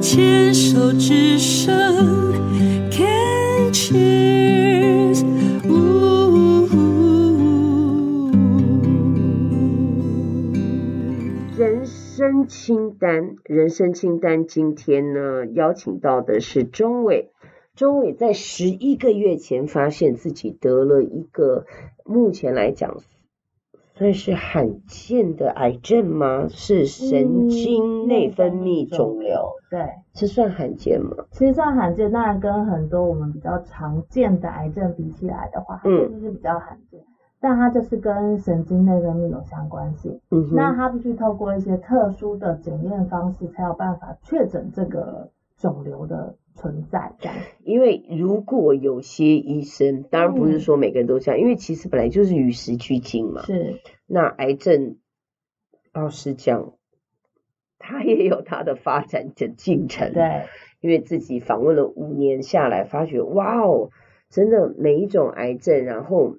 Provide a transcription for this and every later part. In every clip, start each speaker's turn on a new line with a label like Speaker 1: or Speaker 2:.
Speaker 1: 牵手之声，Can cheers。
Speaker 2: 人生清单，人生清单，今天呢邀请到的是钟伟。钟伟在十一个月前发现自己得了一个目前来讲算是罕见的癌症吗？是神经内分泌肿瘤，，
Speaker 3: 对，
Speaker 2: 这算罕见吗？
Speaker 3: 其实算罕见，当然跟很多我们比较常见的癌症比起来的话，
Speaker 2: 嗯
Speaker 3: 这就是比较罕见。但它就是跟神经内分泌有相关性，
Speaker 2: 嗯哼，
Speaker 3: 那它必须透过一些特殊的检验方式，才有办法确诊这个肿瘤的存在。这样
Speaker 2: 因为如果有些医生，当然不是说每个人都这样，因为其实本来就是与时俱进嘛。
Speaker 3: 是，
Speaker 2: 那癌症，老实讲，它也有它的发展的进程。，
Speaker 3: 对，
Speaker 2: 因为自己访问了五年下来，发觉哇哦，真的每一种癌症，然后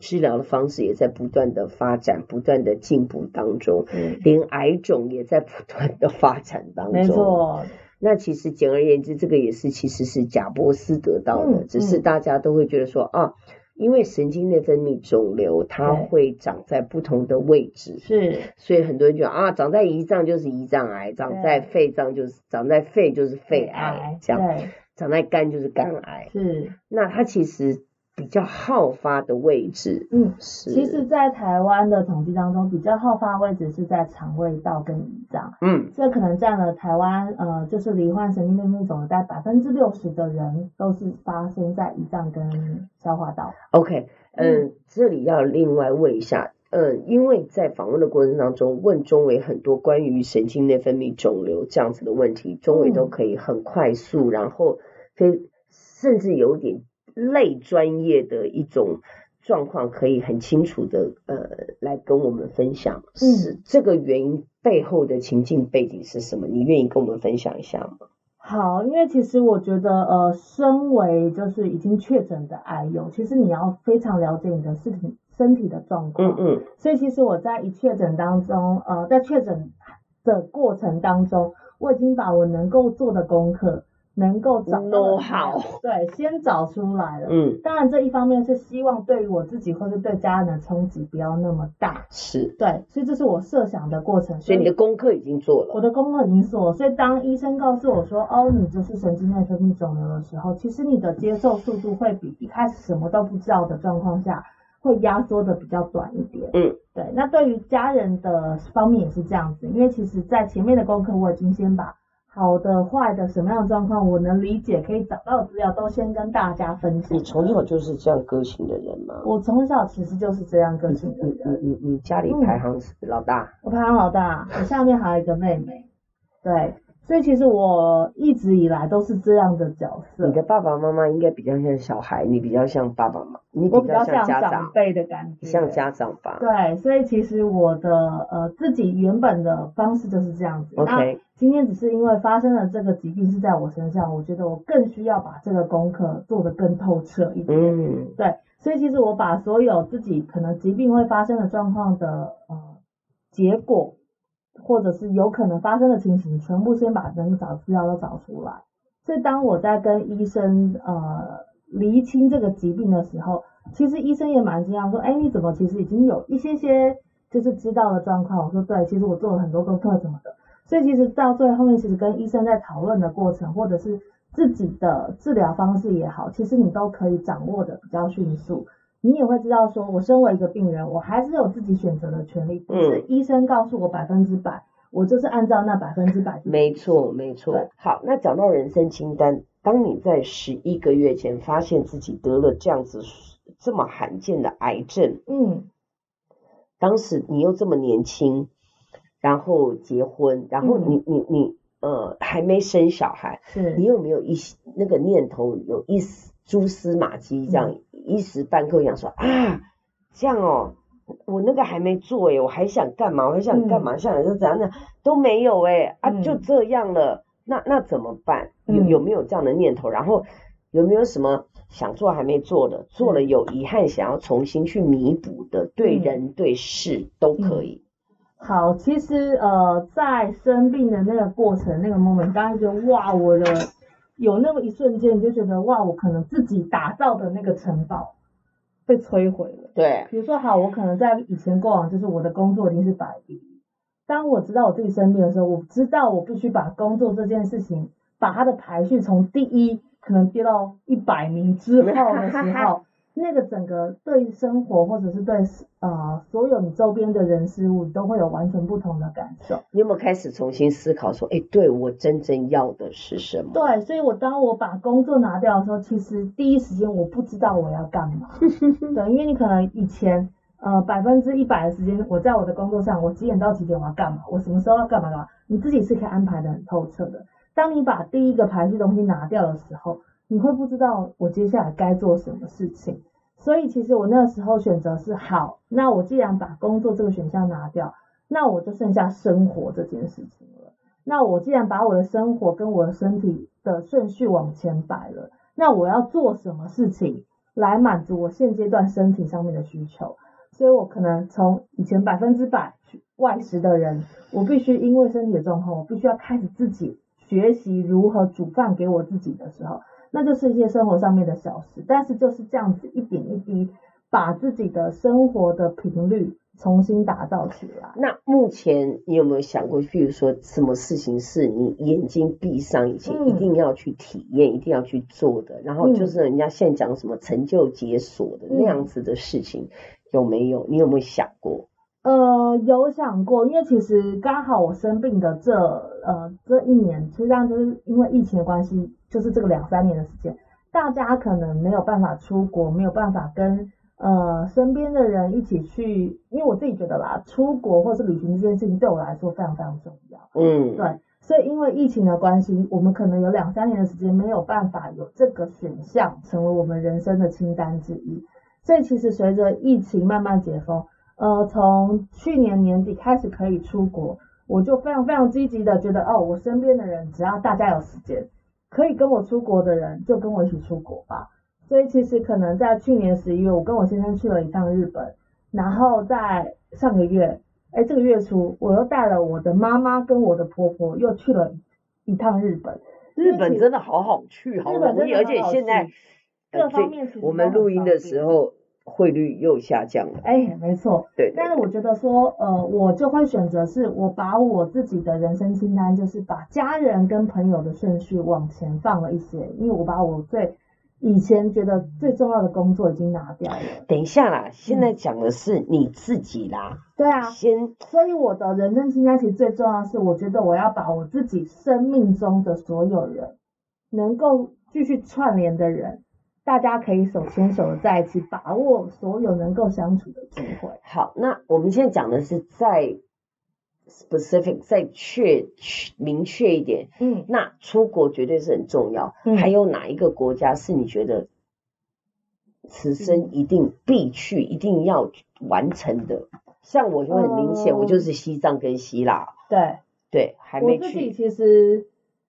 Speaker 2: 治疗的方式也在不断的发展、不断的进步当中，
Speaker 3: 是，
Speaker 2: 连癌种也在不断的发展当中。
Speaker 3: 没错，
Speaker 2: 那其实简而言之，这个也是其实是贾伯斯得到的，
Speaker 3: 嗯
Speaker 2: 只是大家都会觉得说啊，因为神经内分泌肿瘤它
Speaker 3: 对
Speaker 2: 会长在不同的位置，
Speaker 3: 是，
Speaker 2: 所以很多人觉得啊，长在胰脏就是胰脏癌，长在肺脏就是长在肺就是肺癌，这样
Speaker 3: 对，嗯
Speaker 2: 长在肝就是肝癌。
Speaker 3: 是。
Speaker 2: 那它其实比较好发的位置
Speaker 3: 嗯，
Speaker 2: 是，
Speaker 3: 其实，在台湾的统计当中，比较好发位置是在肠胃道跟胰脏。
Speaker 2: 嗯
Speaker 3: 这可能占了台湾呃，就是罹患神经内分泌肿瘤在百分之六十的人都是发生在胰脏跟消化道。
Speaker 2: ，OK，嗯，这里要另外问一下。嗯，因为在访问的过程当中，问钟伟很多关于神经内分泌肿瘤这样子的问题，钟伟都可以很快速，然后非甚至有点类专业的一种状况，可以很清楚的呃来跟我们分享。
Speaker 3: 嗯
Speaker 2: 是这个原因背后的情境背景是什么？你愿意跟我们分享一下吗？
Speaker 3: 好，因为其实我觉得，呃，身为就是已经确诊的癌友，其实你要非常了解你的身体身体的状况。
Speaker 2: 嗯嗯
Speaker 3: 所以其实我在一确诊当中，呃，在确诊的过程当中，我已经把我能够做的功课，能够找到的
Speaker 2: Know-how
Speaker 3: 对，先找出来了。
Speaker 2: 嗯，
Speaker 3: 当然，这一方面是希望对于我自己或是对家人的冲击不要那么大。
Speaker 2: 是，
Speaker 3: 对，所以这是我设想的过程。
Speaker 2: 所以你的功课已经做了。
Speaker 3: 我的功课已经做了，所以当医生告诉我说，哦，你这是神经内分泌肿瘤的时候，其实你的接受速度会比一开始什么都不知道的状况下，会压缩的比较短一点。
Speaker 2: 嗯，
Speaker 3: 对。那对于家人的方面也是这样子，因为其实在前面的功课我已经先把好的、坏的、什么样的状况我能理解、可以找到的资料都先跟大家分享
Speaker 2: 你。从小就是这样个性的人吗？
Speaker 3: 我从小其实就是这样个
Speaker 2: 你
Speaker 3: 性的
Speaker 2: 你
Speaker 3: 人。
Speaker 2: 你你你家里排行是老大，
Speaker 3: 我排行老大，我下面还有一个妹妹。对，所以其实我一直以来都是这样的角色
Speaker 2: 你，的爸爸妈妈应该比较像小孩，你比较像爸爸妈妈，你
Speaker 3: 我
Speaker 2: 比
Speaker 3: 比较
Speaker 2: 像
Speaker 3: 像
Speaker 2: 家
Speaker 3: 长
Speaker 2: 长，
Speaker 3: 辈的感觉。
Speaker 2: 像家长吧。
Speaker 3: 对，所以其实我的呃自己原本的方式就是这样子。
Speaker 2: OK
Speaker 3: 那今天只是因为发生了这个疾病是在我身上，我觉得我更需要把这个功课做得更透彻一点。
Speaker 2: 嗯，
Speaker 3: 对，所以其实我把所有自己可能疾病会发生的状况的呃结果，或者是有可能发生的情形，全部先把能找资料都找出来。所以当我在跟医生呃厘清这个疾病的时候，其实医生也蛮惊讶，说：“哎，你怎么其实已经有一些些就是知道的状况？”我说：“对，其实我做了很多功课什么的。”所以其实到最后面，其实跟医生在讨论的过程，或者是自己的治疗方式也好，其实你都可以掌握的比较迅速。你也会知道说，我身为一个病人，我还是有自己选择的权利，不是医生告诉我百分之百，我就是按照那百分之百去。
Speaker 2: 没错没
Speaker 3: 对
Speaker 2: 错。好，那讲到人生清单，当你在十一个月前发现自己得了这样子这么罕见的癌症，
Speaker 3: 嗯，
Speaker 2: 当时你又这么年轻，然后结婚，然后你、你你呃还没生小孩，
Speaker 3: 是
Speaker 2: 你。有没有一些那个念头，有一丝蛛丝马迹，这
Speaker 3: 嗯
Speaker 2: 样、一时半刻想说啊，这样哦，我那个还没做诶，我还想干嘛？我还想干嘛？想是怎样的都没有诶，啊，
Speaker 3: 嗯
Speaker 2: 就这样了，那那怎么办？有
Speaker 3: 嗯
Speaker 2: 有没有这样的念头？然后有没有什么想做还没做的，做
Speaker 3: 嗯
Speaker 2: 了有遗憾想要重新去弥补的，对
Speaker 3: 嗯
Speaker 2: 人对事都可以。
Speaker 3: 好，其实呃，在生病的那个过程，那个 moment，你刚才觉得哇，我的有那么一瞬间，你就觉得哇，我可能自己打造的那个城堡被摧毁了。
Speaker 2: 对，
Speaker 3: 比如说，好，我可能在以前过往，就是我的工作一定是摆第一。当我知道我自己生病的时候，我知道我必须把工作这件事情，把它的排序从第一可能跌到一百名之后的时候，那个整个对生活或者是对呃所有你周边的人事物都会有完全不同的感受。
Speaker 2: 你有没有开始重新思考说，哎，对我真正要的是什么？
Speaker 3: 对，所以我当我把工作拿掉的时候，其实第一时间我不知道我要干嘛。对，因为你可能以前呃百分之一百的时间我在我的工作上，我几点到几点我要干嘛，我什么时候要干嘛干嘛，你自己是可以安排的很透彻的。当你把第一个排序东西拿掉的时候，你会不知道我接下来该做什么事情。所以其实我那时候选择是好，那我既然把工作这个选项拿掉，那我就剩下生活这件事情了。那我既然把我的生活跟我的身体的顺序往前摆了，那我要做什么事情来满足我现阶段身体上面的需求？所以我可能从以前百分之百外食的人，我必须因为身体的状况，我必须要开始自己学习如何煮饭给我自己的时候，那就是一些生活上面的小事，但是就是这样子一点一滴，把自己的生活的频率重新打造起来。
Speaker 2: 那目前你有没有想过，譬如说什么事情是你眼睛闭上以前
Speaker 3: 嗯
Speaker 2: 一定要去体验、一定要去做的？然后就是人家现在讲什么成就解锁的
Speaker 3: 嗯
Speaker 2: 那样子的事情，有没有？你有没有想过？
Speaker 3: 呃，有想过，因为其实刚好我生病的这呃这一年，实际上就是因为疫情的关系，就是这个两三年的时间，大家可能没有办法出国，没有办法跟呃身边的人一起去，因为我自己觉得啦，出国或是旅行这件事情对我来说非常非常重要。
Speaker 2: 嗯，
Speaker 3: 对，所以因为疫情的关系，我们可能有两三年的时间没有办法有这个选项成为我们人生的清单之一。所以其实随着疫情慢慢解封，呃，从去年年底开始可以出国，我就非常非常积极的觉得，哦，我身边的人只要大家有时间，可以跟我出国的人就跟我一起出国吧。所以其实可能在去年十一月，我跟我先生去了一趟日本，然后在上个月，哎，这个月初我又带了我的妈妈跟我的婆婆又去了一趟日本。
Speaker 2: 日本真的好好去，好
Speaker 3: 日本
Speaker 2: 容
Speaker 3: 真
Speaker 2: 易，
Speaker 3: 的
Speaker 2: 而
Speaker 3: 很
Speaker 2: 且
Speaker 3: 好
Speaker 2: 现在
Speaker 3: 去
Speaker 2: 呃
Speaker 3: 各
Speaker 2: 最
Speaker 3: 方面其实
Speaker 2: 我
Speaker 3: 都
Speaker 2: 们
Speaker 3: 很
Speaker 2: 录音的
Speaker 3: 方
Speaker 2: 时
Speaker 3: 便
Speaker 2: 候汇率又下降了，
Speaker 3: 哎，没错，
Speaker 2: 对，
Speaker 3: 但
Speaker 2: 对
Speaker 3: 是我觉得说，呃，我就会选择是我把我自己的人生清单，就是把家人跟朋友的顺序往前放了一些，因为我把我最以前觉得最重要的工作已经拿掉了。
Speaker 2: 等一下啦，现
Speaker 3: 嗯
Speaker 2: 在讲的是你自己啦，
Speaker 3: 对啊，
Speaker 2: 先
Speaker 3: 所以我的人生清单其实最重要的是，我觉得我要把我自己生命中的所有人，能够继续串联的人，大家可以手牵手的在一起，把握所有能够相处的机会。
Speaker 2: 好，那我们现在讲的是再 specific 再确确明确一点，
Speaker 3: 嗯。
Speaker 2: 那出国绝对是很重要。
Speaker 3: 嗯
Speaker 2: 还有哪一个国家是你觉得此生一定必去、一定要完成的？像我就很明显，我就是西藏跟希腊，
Speaker 3: 对，
Speaker 2: 对，还
Speaker 3: 我
Speaker 2: 没
Speaker 3: 自己
Speaker 2: 去。
Speaker 3: 其实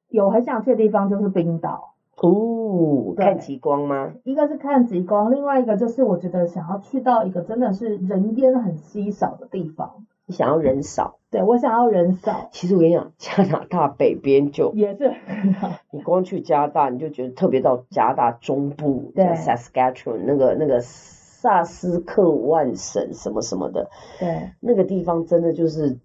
Speaker 3: 有很想去的地方就是冰岛，
Speaker 2: 哦，
Speaker 3: 对
Speaker 2: 看极光吗？
Speaker 3: 一个是看极光，另外一个就是我觉得想要去到一个真的是人烟很稀少的地方。
Speaker 2: 你想要人少？
Speaker 3: 对我想要人少，
Speaker 2: 其实我跟你讲，加拿大北边就
Speaker 3: 也是很好。
Speaker 2: 你光去加拿大，你就觉得特别到加拿大中部，
Speaker 3: 对
Speaker 2: 在 Saskatchewan 那个那个萨斯克万省什么什么的
Speaker 3: 对，
Speaker 2: 那个地方，真的就是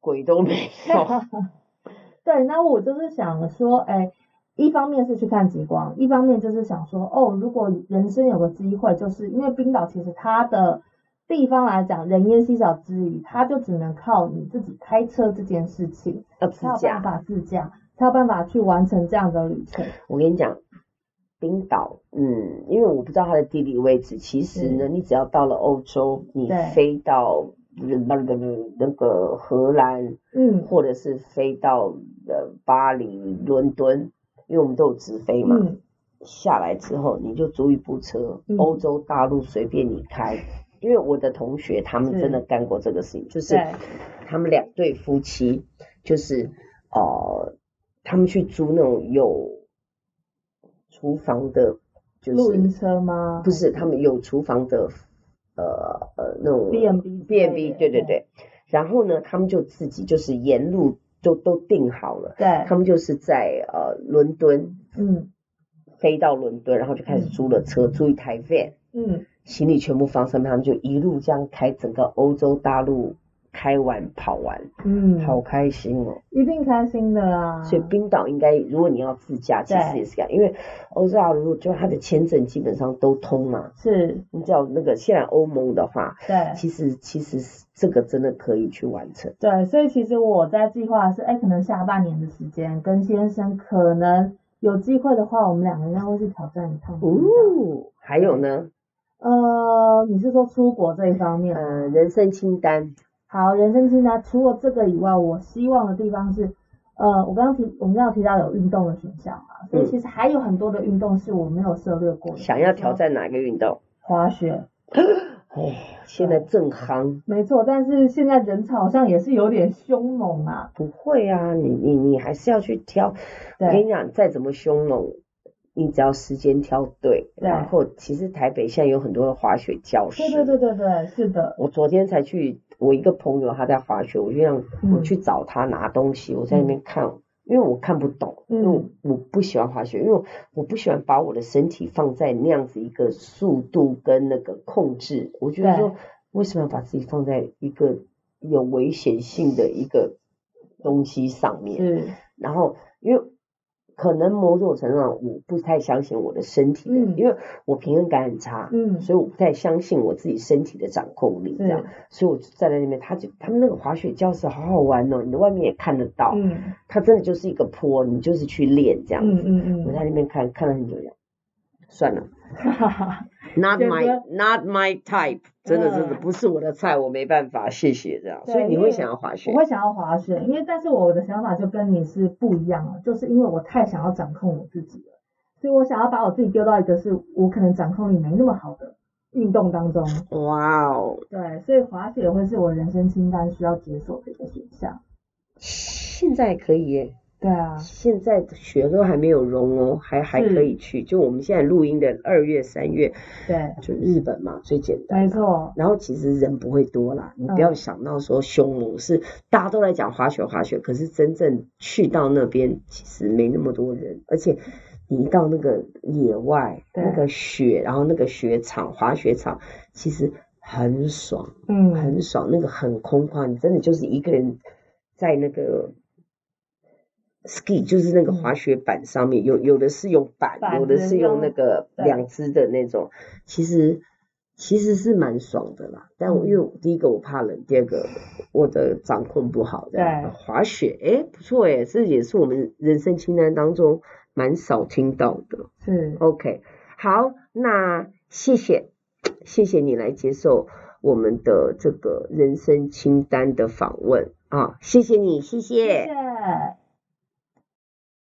Speaker 2: 鬼都没 有。
Speaker 3: 对，那我就是想说，哎，一方面是去看极光，一方面就是想说，哦，如果人生有个机会，就是因为冰岛其实它的地方来讲人烟稀少之余，它就只能靠你自己开车这件事情。
Speaker 2: 要自
Speaker 3: 才有办
Speaker 2: 驾，
Speaker 3: 法自驾，才有办法去完成这样的旅程。
Speaker 2: 我跟你讲，冰岛，嗯，因为我不知道它的地理位置，其实呢，你只要到了欧洲，你
Speaker 3: 对
Speaker 2: 飞到那个那个荷兰，
Speaker 3: 嗯
Speaker 2: 或者是飞到呃巴黎、伦敦，因为我们都有直飞嘛，
Speaker 3: 嗯，
Speaker 2: 下来之后，你就租一部车
Speaker 3: 嗯，
Speaker 2: 欧、洲大陆随便你开。因为我的同学他们
Speaker 3: 是
Speaker 2: 真的干过这个事情，就是
Speaker 3: 对，
Speaker 2: 他们两对夫妻，就是呃，他们去租那种有厨房的，就
Speaker 3: 露营
Speaker 2: 是
Speaker 3: 车吗？
Speaker 2: 不是他们有厨房的呃呃那种
Speaker 3: B&B 之类的
Speaker 2: B&B，对对对。然后呢，他们就自己就是沿路都都定好了，
Speaker 3: 对，
Speaker 2: 他们就是在呃伦敦
Speaker 3: 嗯
Speaker 2: 飞到伦敦，然后就开始租了车，租一台 van，
Speaker 3: 嗯，
Speaker 2: 行李全部放上面，他们就一路这样开整个欧洲大陆开完跑完，
Speaker 3: 嗯，
Speaker 2: 好开心哦！
Speaker 3: 一定开心的啊。
Speaker 2: 所以冰岛应该，如果你要自驾，其实
Speaker 3: 对
Speaker 2: 也是这样，因为欧洲大陆就它的签证基本上都通嘛。
Speaker 3: 是，
Speaker 2: 你只要那个现在欧盟的话，
Speaker 3: 对
Speaker 2: 其实其实是这个真的可以去完成。
Speaker 3: 对，所以其实我在计划是，哎，可能下半年的时间跟先生可能有机会的话，我们两个应该会去挑战一趟冰岛。
Speaker 2: 哦，还有呢，
Speaker 3: 呃，你是说出国这一方面吗？
Speaker 2: 呃，人生清单，
Speaker 3: 好，人生清单除了这个以外，我希望的地方是，呃，我刚刚提我们刚刚提到有运动的选项嘛，所以其实还有很多的运动是我没有涉猎过的，
Speaker 2: 嗯想要挑战哪个运动？
Speaker 3: 滑雪，嗯
Speaker 2: 哎，现在正夯。
Speaker 3: 没错，但是现在人潮好像也是有点凶猛啊，
Speaker 2: 不会啊，你你你还是要去挑。我跟
Speaker 3: 对
Speaker 2: 你讲，再怎么凶猛，你只要时间挑对，
Speaker 3: 对
Speaker 2: 然后其实台北现在有很多的滑雪教室。
Speaker 3: 对对对对对，是的，
Speaker 2: 我昨天才去，我一个朋友他在滑雪，我就让
Speaker 3: 嗯
Speaker 2: 我去找他拿东西，我在那边看，因为我看不懂，因为
Speaker 3: 嗯
Speaker 2: 我我不喜欢滑雪，因为我我不喜欢把我的身体放在那样子一个速度跟那个控制，我觉得
Speaker 3: 对
Speaker 2: 说为什么要把自己放在一个有危险性的一个东西上面？
Speaker 3: 是，
Speaker 2: 然后因为可能某种程度上我不太相信我的身体的，
Speaker 3: 嗯
Speaker 2: 因为我平衡感很差，
Speaker 3: 嗯，
Speaker 2: 所以我不太相信我自己身体的掌控力，这样
Speaker 3: 是，，
Speaker 2: 所以我就站在那边，他就他们那个滑雪教室好好玩哦，你在外面也看得到，
Speaker 3: 嗯
Speaker 2: 它真的就是一个坡，你就是去练这样
Speaker 3: 嗯
Speaker 2: 子。
Speaker 3: 嗯
Speaker 2: 我
Speaker 3: 嗯，
Speaker 2: 在那边看看了很久，这样算了
Speaker 3: 哈哈哈，
Speaker 2: ，not
Speaker 3: 觉得
Speaker 2: my not my type，真的真的不是我的菜，我没办法，谢谢这样。
Speaker 3: 嗯对
Speaker 2: 所以你
Speaker 3: 因
Speaker 2: 会
Speaker 3: 为
Speaker 2: 想要滑雪
Speaker 3: 我？会想要滑雪，因为但是我的想法就跟你是不一样了，就是因为我太想要掌控我自己了，所以我想要把我自己丢到一个是我可能掌控力没那么好的运动当中。
Speaker 2: 哇哦，
Speaker 3: 对，所以滑雪会是我人生清单需要解锁的一个选项。
Speaker 2: 现在可以耶，
Speaker 3: 对啊，
Speaker 2: 现在的雪都还没有融哦，还还
Speaker 3: 是
Speaker 2: 可以去。就我们现在录音的二月、三月，
Speaker 3: 对，
Speaker 2: 就日本嘛，最简单。
Speaker 3: 没错，
Speaker 2: 然后其实人不会多啦，你不要想到说凶猛，是大家都来讲滑雪滑雪，可是真正去到那边其实没那么多人，而且你一到那个野外
Speaker 3: 对
Speaker 2: 那个雪，然后那个雪场滑雪场其实很爽，
Speaker 3: 嗯，
Speaker 2: 很爽，那个很空旷，你真的就是一个人在那个 ski，就是那个
Speaker 3: 嗯
Speaker 2: 滑雪板上面，有有的是用板，
Speaker 3: 板
Speaker 2: 有的
Speaker 3: 子
Speaker 2: 是用
Speaker 3: 用
Speaker 2: 那个
Speaker 3: 对
Speaker 2: 两只的那种，其实其实是蛮爽的啦。但我因为
Speaker 3: 嗯
Speaker 2: 我第一个我怕冷，第二个我的掌控不好，这样
Speaker 3: 对
Speaker 2: 滑雪，诶，不错诶，这也是我们人生清单当中蛮少听到的。
Speaker 3: 是，
Speaker 2: OK，好，那谢谢，谢谢你来接受我们的这个人生清单的访问啊，谢谢你，谢
Speaker 3: 谢谢。